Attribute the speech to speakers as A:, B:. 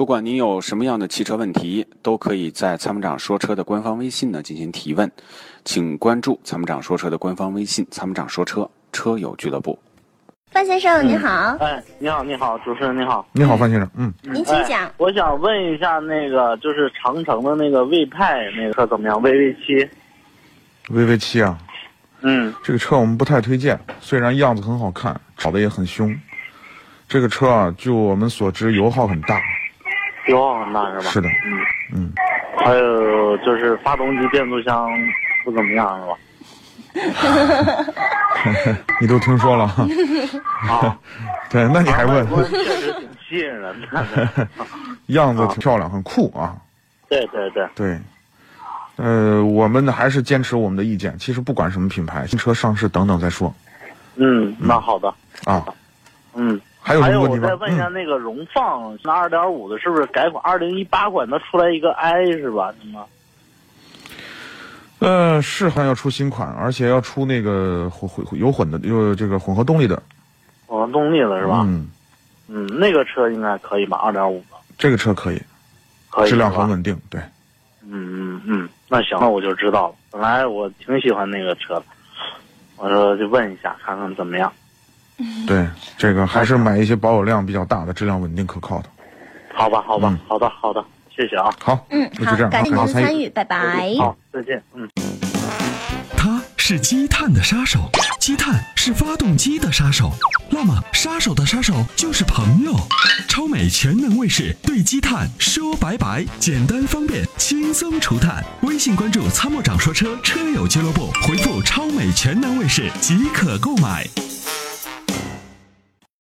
A: 不管您有什么样的汽车问题，都可以在参谋长说车的官方微信呢进行提问，请关注参谋长说车的官方微信“参谋长说车车友俱乐部
B: 范先生您好，
C: 哎，你好，你好，主持人你好，
D: 你好，范先生，嗯，
B: 您请讲。
C: 哎我想问一下，那个就是长城的那个魏派那个车怎么样？VV 七，
D: v v 七啊，
C: 嗯，
D: 这个车我们不太推荐，虽然样子很好看，吵得也很凶。这个车啊，据我们所知，油耗很大。
C: 油耗很大是吧？
D: 是的，
C: 嗯，
D: 嗯，
C: 还有就是发动机、变速箱不怎么样是吧？
D: 你都听说了哈，
C: 啊，
D: 对，那你还问？
C: 我啊确实挺吸引人的。
D: 样子挺漂亮，很酷啊。
C: 对对对，
D: 对，呃，我们呢还是坚持我们的意见。其实不管什么品牌，新车上市等等再说
C: 嗯，那好的，
D: 啊。
C: 嗯。
D: 还有什
C: 还
D: 么
C: 有，
D: 问题
C: 我
D: 吗
C: 再？问一下，
D: 嗯
C: 那个荣放那二点五的，是不是改款二零一八款？它出来一个 i 是吧？什么？
D: 呃，是好像要出新款，而且要出那个混混有混的，有这个混合动力的，
C: 我动力了是吧？
D: 嗯，
C: 嗯，那个车应该可以吧？二点五的，
D: 这个车可以，
C: 可以，
D: 质量
C: 是吧
D: 很稳定，对。
C: 嗯嗯，嗯，那行，那我就知道了。本来我挺喜欢那个车的，我说就问一下，看看怎么样。
D: 对，这个还是买一些保有量比较大的、质量稳定可靠的。
C: 好吧，好吧，
D: 嗯
C: 好的，好的，谢谢啊。
D: 好，
B: 嗯，
D: 那就
B: 好
D: 这，样，
B: 感谢您
D: 好
B: 的参与，拜拜。
C: 好，再见。嗯。
E: 它是积碳的杀手，积碳是发动机的杀手。那么，杀手的杀手就是朋友。超美全能卫士对积碳说拜拜，简单方便，轻松除碳。微信关注“参谋长说车”车友俱乐部，回复“超美全能卫士”即可购买。